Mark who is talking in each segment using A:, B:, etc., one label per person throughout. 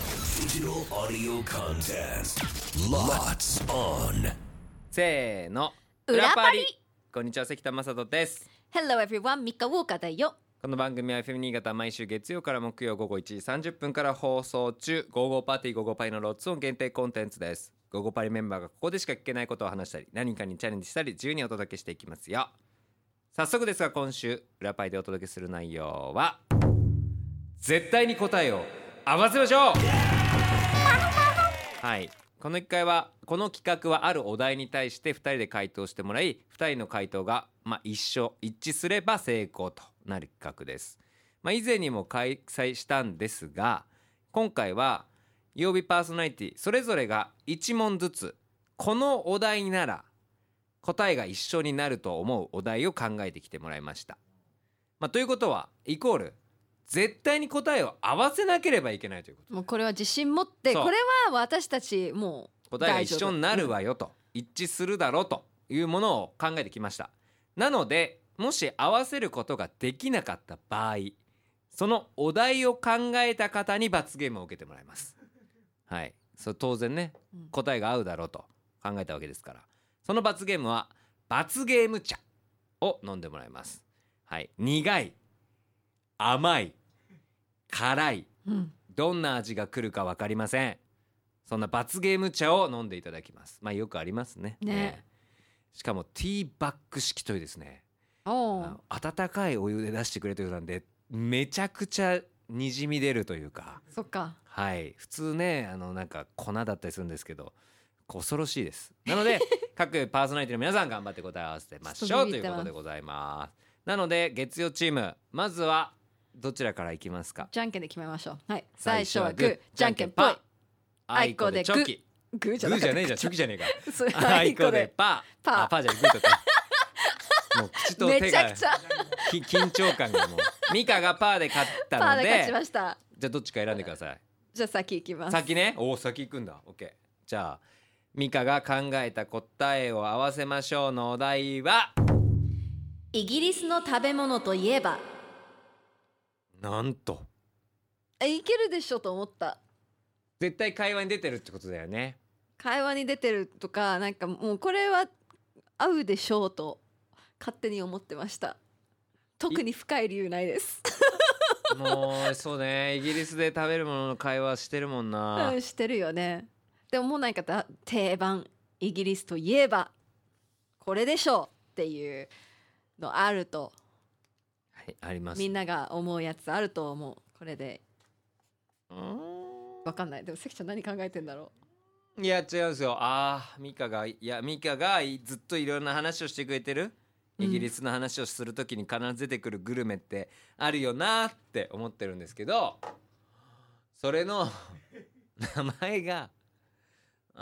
A: Digital audio contest. Lots on.
B: せーの
C: 裏パリ
B: こんにちは関田正人です
C: Hello everyone 三日ウォーカーだよ
B: この番組は FM 新潟毎週月曜から木曜午後1時30分から放送中「午後パーティー午後パイ」のロッツオン限定コンテンツです午後パリメンバーがここでしか聞けないことを話したり何かにチャレンジしたり自由にお届けしていきますよ早速ですが今週裏パイでお届けする内容は絶対に答えを合わせましょうはいこの1回はこの企画はあるお題に対して2人で回答してもらい2人の回答が、まあ、一緒一致すれば成功となる企画です、まあ、以前にも開催したんですが今回は曜日パーソナリティそれぞれが1問ずつこのお題なら答えが一緒になると思うお題を考えてきてもらいました、まあ、ということはイコール絶対に答えを合わせなければいけないということ
C: もうこれは自信持って
B: そう
C: これは私たちもう
B: 答えが一緒になるわよと一致するだろうというものを考えてきましたなのでもし合わせることができなかった場合そのお題を考えた方に罰ゲームを受けてもらいますはいそう当然ね
C: うん
B: 答えが合うだろうと考えたわけですからその罰ゲームは罰ゲーム茶を飲んでもらいますはい苦い甘い辛い
C: うん
B: どんな味が来るか分かりませんそんな罰ゲーム茶を飲んでいただきますまあよくありますね
C: ね
B: ええしかもティーバッグ式というですね
C: お
B: あの温かいお湯で出してくれということなんでめちゃくちゃにじみ出るというか
C: そっか
B: はい普通ねあのなんか粉だったりするんですけど恐ろしいですなの で各パーソナリティの皆さん頑張って答えを合わせてまし
C: ち
B: ょ
C: ょっ
B: う
C: と
B: とい
C: ビビっ
B: うこ
C: てます
B: とでございますなので月曜チームまずはどちらからいきますか
C: じゃんけんで決めましょうはい最初はグーじゃんけんぽい
B: あいこでチョキ
C: グーじ
B: グ
C: ゃな
B: ー
C: か
B: じ
C: っ
B: ゃ
C: た
B: ねえじゃんチョキじゃねえか
C: そ れ
B: あ
C: あ
B: い
C: い
B: こ
C: こ
B: で
C: で
B: パー
C: パー
B: あパーじゃんグーとかもう口と手
C: めちゃ
B: が
C: くちゃ
B: き緊張感がもうミカがパーで勝っ
C: パ
B: た
C: ー
B: の
C: で
B: で
C: 勝ちました
B: じゃあどっちか選んでください
C: じゃあ先行きます
B: 先ねおお先行くんだオッケーじゃあミカが考えた答えを合わせましょうのお題は
C: イギリスの食べ物といえば
B: なんと
C: えいけるでしょと思った
B: 絶対会話に出てるってことだよ ね
C: 会話に出てるとかなんかもうこれは合うでしょうと勝手に思ってました特に深い理由ないです
B: もうそうねイギリスで食べるものの会話してるもんな
C: うんしてるよねでももうなんかだ定番イギリスといえばこれでしょうっていうのあると
B: はいあります
C: みんなが思うやつあると思うこれで
B: うーん
C: わかんないでも関ちゃん何考えてんだろ
B: いや違うんですよあーミカがいやミカがいずっといろんな話をしてくれてる、
C: うん
B: イギリスの話をするときに必ず出てくるグルメってあるよなって思ってるんですけどそれの名前が
C: う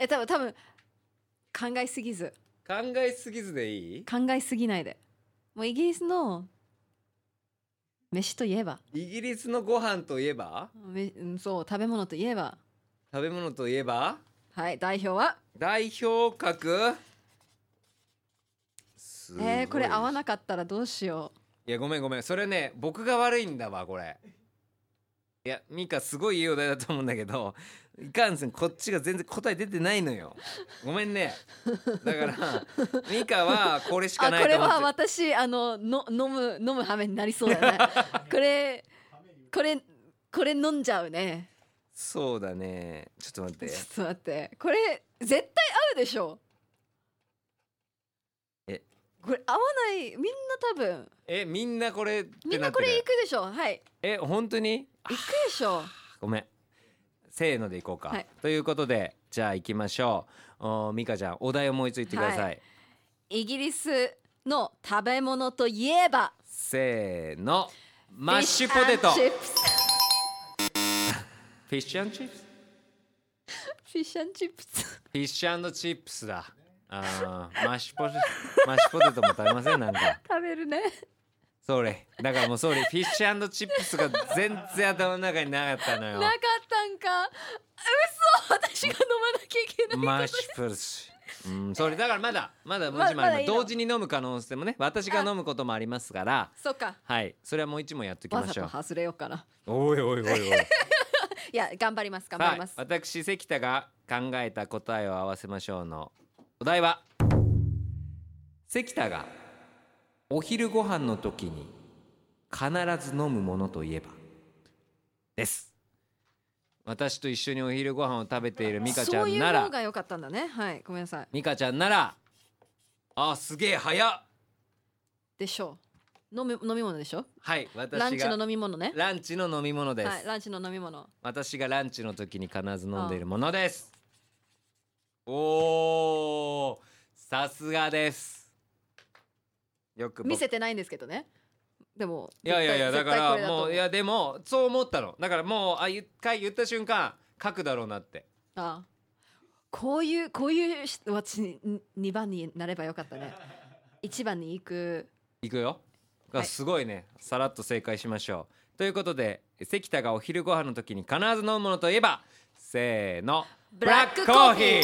C: え多分多分考えすぎず
B: 考えすぎずでいい
C: 考えすぎないでもうイギリスの飯といえば
B: イギリスのご飯といえば
C: めうんそう食べ物といえば
B: 食べ物といえば
C: はい代表は
B: 代表格すごい
C: えー、これ合わなかったらどうしよ
B: いやごめんごめんそれね僕が悪いんだわこれいやミカすごいいいお題だと思うんだけどいかんせんこっちが全然答え出てないのよごめんねだからミカはこれし
C: う
B: か
C: あ
B: ない
C: ことれ
B: 思
C: は
B: って
C: 私あのの飲む飲む羽目になりそうだ ねこれこれこれ飲んじゃうね
B: そうだねちょっと待っ
C: ちょってと待ってこれ絶対合うでしょ
B: え
C: これ合わないみんな多分
B: えみんなこれってなってる
C: みんなこれいくでしょはい
B: え本当に
C: いくでしょ
B: ごめんせーのでいこうか、
C: はい
B: ということでじゃあ行きましょうおミカちゃんお題思いついてください、
C: はイギリスの食べ物といえば
B: せーのマッシュポテト
C: フィ
B: フ
C: ッシュアンドチップス
B: ィッシュチップス
C: フィッシュアンドチップス
B: フィッシュチップスだ。あーマッシュポテト、マッシュポテトも食べませんなんか。
C: 食べるね
B: それ。だからもうそれ、フィッシュチップスが全然頭の中になかったのよ
C: な。かったんか嘘私が飲まなきゃいけない
B: マッシュポテト。うん、それだからまだまだもちろん
C: ままだいいの
B: 同時に飲む可能性もね私が飲むこともありますから
C: そうか
B: はいそれはもう一問やっておき
C: わ
B: ま
C: ざ
B: しょ
C: と
B: う
C: 外れようかな
B: おいおいおいおい
C: いや頑張ります頑張ります、
B: はい、私関田が考えた答えを合わせましょうのお題は関田がお昼ご飯の時に必ず飲むものといえばです私と一緒にお昼ご飯を食べている美香ちゃ
C: そうい
B: ん
C: う
B: なら
C: 方が良かったんだねはいごめんなさい
B: 美香ちゃんならあすげえ早っ
C: でしょう飲み飲み物でしょ
B: はい私が
C: ランチの飲み物ね
B: ランチの飲み物です、
C: はいランチの飲み物
B: 私がランチの時に必ず飲んでいるものですおーさすがですよく僕
C: 見せてないんですけどねでも
B: いやいやいやだ
C: 絶
B: か
C: 対絶対これ
B: ら
C: だと思
B: もういやでもそう思ったのだからもうあ一回言った瞬間書くだろうなって
C: ああこういうこういうし私に2番になればよかったね1番に行く
B: いくよ、
C: はい
B: あすごいねさらっと正解しましょうということで関田がお昼ご飯の時に必ず飲むものといえばせーの
C: ブラックコーヒー
B: イエ
C: イエ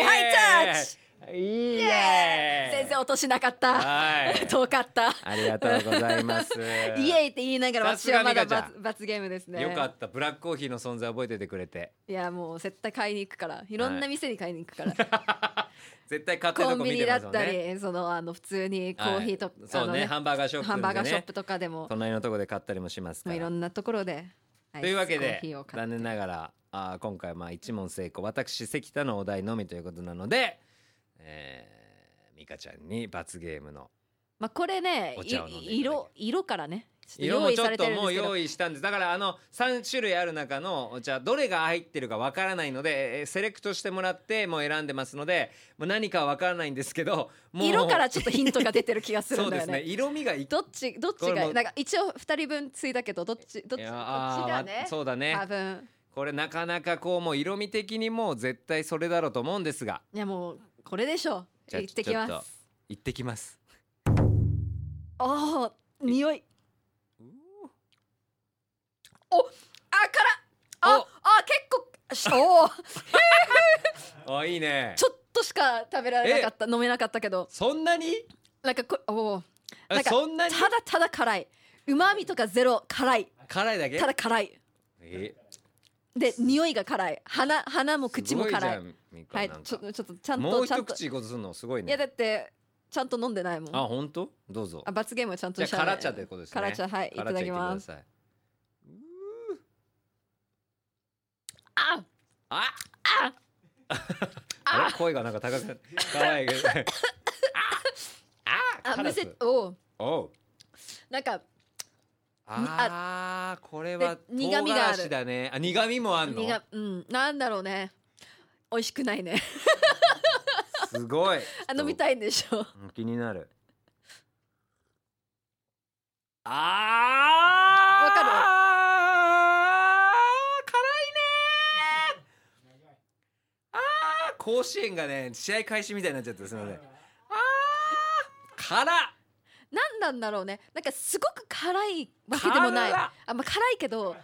C: ーイハイタッチ
B: チイ
C: イ
B: エ
C: エーイ
B: ーイ
C: 全然落としなかった
B: はい
C: 遠かった
B: ありがとうございます。
C: イエーイって言いながら
B: さ
C: 私
B: すが
C: はまだ
B: ミカちゃん
C: 罰罰ゲームですね
B: よかったブラックコーヒーの存在覚えててくれて
C: いやもう絶対買いに行くからいろんな店に買いに行 くから、
B: 絶対買ってる
C: コ
B: と
C: ン
B: こ
C: ビ
B: 見
C: ニ
B: て
C: だ
B: ます
C: っ
B: もん
C: た
B: ね
C: りそのあの普通にコーヒーと、
B: はいそう
C: あの
B: ねハンバーガーショップ
C: ハンバーガーショップ
B: と
C: とかでも、
B: 隣のとこで買ったりもします
C: ま
B: か
C: あ、いろ
B: ら
C: んなところでアイス
B: というわけ
C: コー
B: で
C: ヒーを買っ
B: 残念ながらあー今回はまあ一問成功私関田のお題のみということなのでえー美香ちゃんに罰ゲームの
C: まあこれね
B: お
C: い
B: 茶を飲んでいただき
C: 色色からねちょっ
B: 色も
C: と用
B: ち
C: 意
B: ょ
C: さ
B: っ
C: れて
B: と
C: るんで
B: も
C: す
B: う
C: けど
B: 用意したんですだからあの3種類ある中のお茶どれが入ってるかわからないのでえーセレクトしてもらってもう選んでますのでもう何かわからないんですけどもう
C: 色からちょっとヒントが出てる気がする
B: そ
C: ん
B: う
C: だ
B: で
C: よ
B: すね
C: ね。
B: 色味がい
C: どっちどっち
B: これ
C: が
B: も
C: なんか一応二人分ついだけどどっちどっちどっ
B: い
C: ち
B: やあー
C: だね
B: わ。そうだね
C: 多分
B: これなかなかこうもう色味的にもう絶対それだろうと思うんですが
C: いやもうこれでしょう。
B: じゃあ
C: 行ってきま
B: ちょっ
C: す
B: と。行ってきます
C: ああ匂い。おあから
B: お
C: ああ結構おお
B: あいいね
C: ちょっとしか食べられなかった飲めなかったけど
B: そんなに
C: なんかこおお
B: あ
C: なんか
B: そんな
C: た
B: に
C: だただ辛い旨味とかゼロ辛い
B: 辛いだけ
C: ただ辛い
B: え
C: で匂いが辛い鼻鼻も口も
B: すごいじ
C: 辛
B: ゃ
C: い
B: んみか
C: はい
B: なん
C: ちょ
B: か
C: っとちょっとちゃん
B: もう
C: とちゃ
B: 一
C: んとい
B: 口ごとするのすごい
C: や
B: ね
C: だってちゃんと飲んでないもん
B: あ
C: あ
B: 本当どうぞ
C: 罰ゲームはちゃんと
B: じゃあ
C: しな
B: 辛
C: い
B: 茶ってことですね
C: 辛茶はいいただきます
B: 辛茶いってくださ
C: あ
B: いああれ声がなんか高くなって辛いけどああ
C: あ
B: 辛
C: む
B: さ
C: せおう
B: おう
C: なんか
B: あーこれは
C: で苦味が
B: 唐
C: ある
B: 辛子だねあ苦味もあんの
C: 苦うんなんだろうね美味しくない ね
B: すごい
C: あ飲み
B: い
C: たいんでしょ
B: 気になるあー
C: わかる
B: 辛いねーあー甲子園がね試合開始みたいになっちゃったすみませんあー辛っ
C: なんなんだろうねなんかすごく辛いわけでもない
B: 辛っ
C: あまあ辛いけど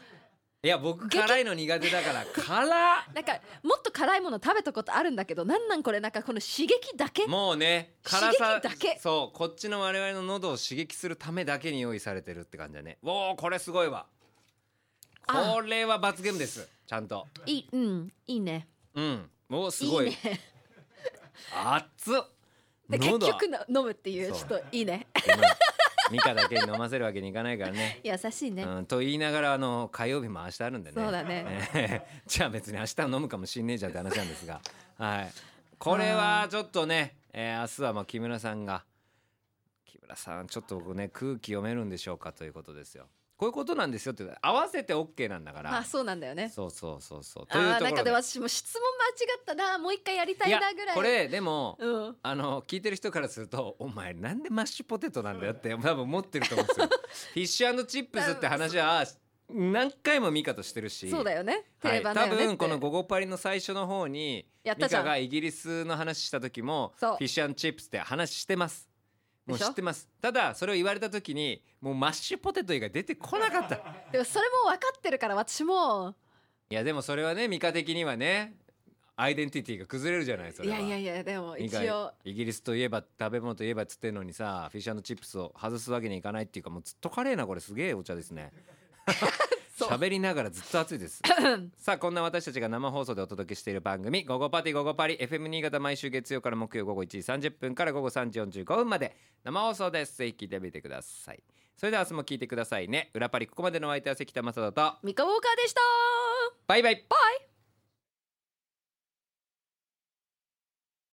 B: いや僕辛いの苦手だ から辛っ
C: なんかもっと辛いもの食べたことあるんだけどなんなんこれなんかこの刺激だけ
B: もうね辛
C: 刺激
B: さ
C: だけ
B: そうこっちの我々の喉を刺激するためだけに用意されてるって感じだねおおこれすごいわ
C: あ
B: これは罰ゲームですちゃんと
C: いいうんいいね
B: うんおーすごい
C: いね
B: 熱っ
C: で結
B: 喉
C: 局の飲むっていう
B: そう
C: ちょっといいね
B: ミカだけに飲ませるわけにいかないからね
C: 優しいね、
B: うん、と言いながらあの火曜日も明日あるんでね
C: そうだね
B: じゃあ別に明日飲むかもしんねえじゃんって話なんです が、はい、これはちょっとね、えー明日はまあ木村さんが木村さんちょっと僕ね空気読めるんでしょうかということですよこういうことなんですよって合わせて OK なんだから、
C: まあそうなんだよね
B: そうそうそうそう
C: あ
B: という
C: ー
B: とこ
C: なん
B: ろ
C: かで
B: で
C: 私も質問間違ったなもう一回やりたい
B: いや
C: なぐらい
B: これでも、
C: うん
B: あの聞いてる人からすると「お前なんでマッシュポテトなんだよ」って多分持ってると思うん ですよ。フィッシュチップスって話は何回もミカとしてるし
C: そうだよね
B: は
C: 定
B: い、
C: 番
B: 多
C: だよねって、
B: 分この「ゴゴパリ」の最初の方に
C: やっ
B: ミ
C: たじゃ
B: カ
C: ん
B: がイギリスの話した時もフ
C: そう
B: ィッシュチップスって話してます。もう
C: でし
B: 知
C: ょ
B: ってますただそれを言われた時にもうマッシュポテト以外出てこなかったい
C: でもそれも分かってるから私も
B: やでもそれはねミカ的にはねアイデンティティが崩れるじゃないそ
C: い
B: れは
C: やいやいやでも
B: 以
C: 一
B: 外
C: 応
B: イギリスといえば食べ物といえばっつってんのにさフィッシュチップスを外すわけにいかないっていうかもうずっとカレーなこれすげえお茶ですね
C: そう
B: 喋りながらずっと暑いです さあこんな私たちが生放送でお届けしている番組「午後パティ午後パリ」FM 新潟毎週月曜から木曜午後1時30分から午後3時45分まで生放送ですぜひ聞いてみてくださいそれでは明日も聞いてくださいね裏パリここまでのお相手は関田正人と
C: ミカウォーカーでした
B: バイバイ
C: バイ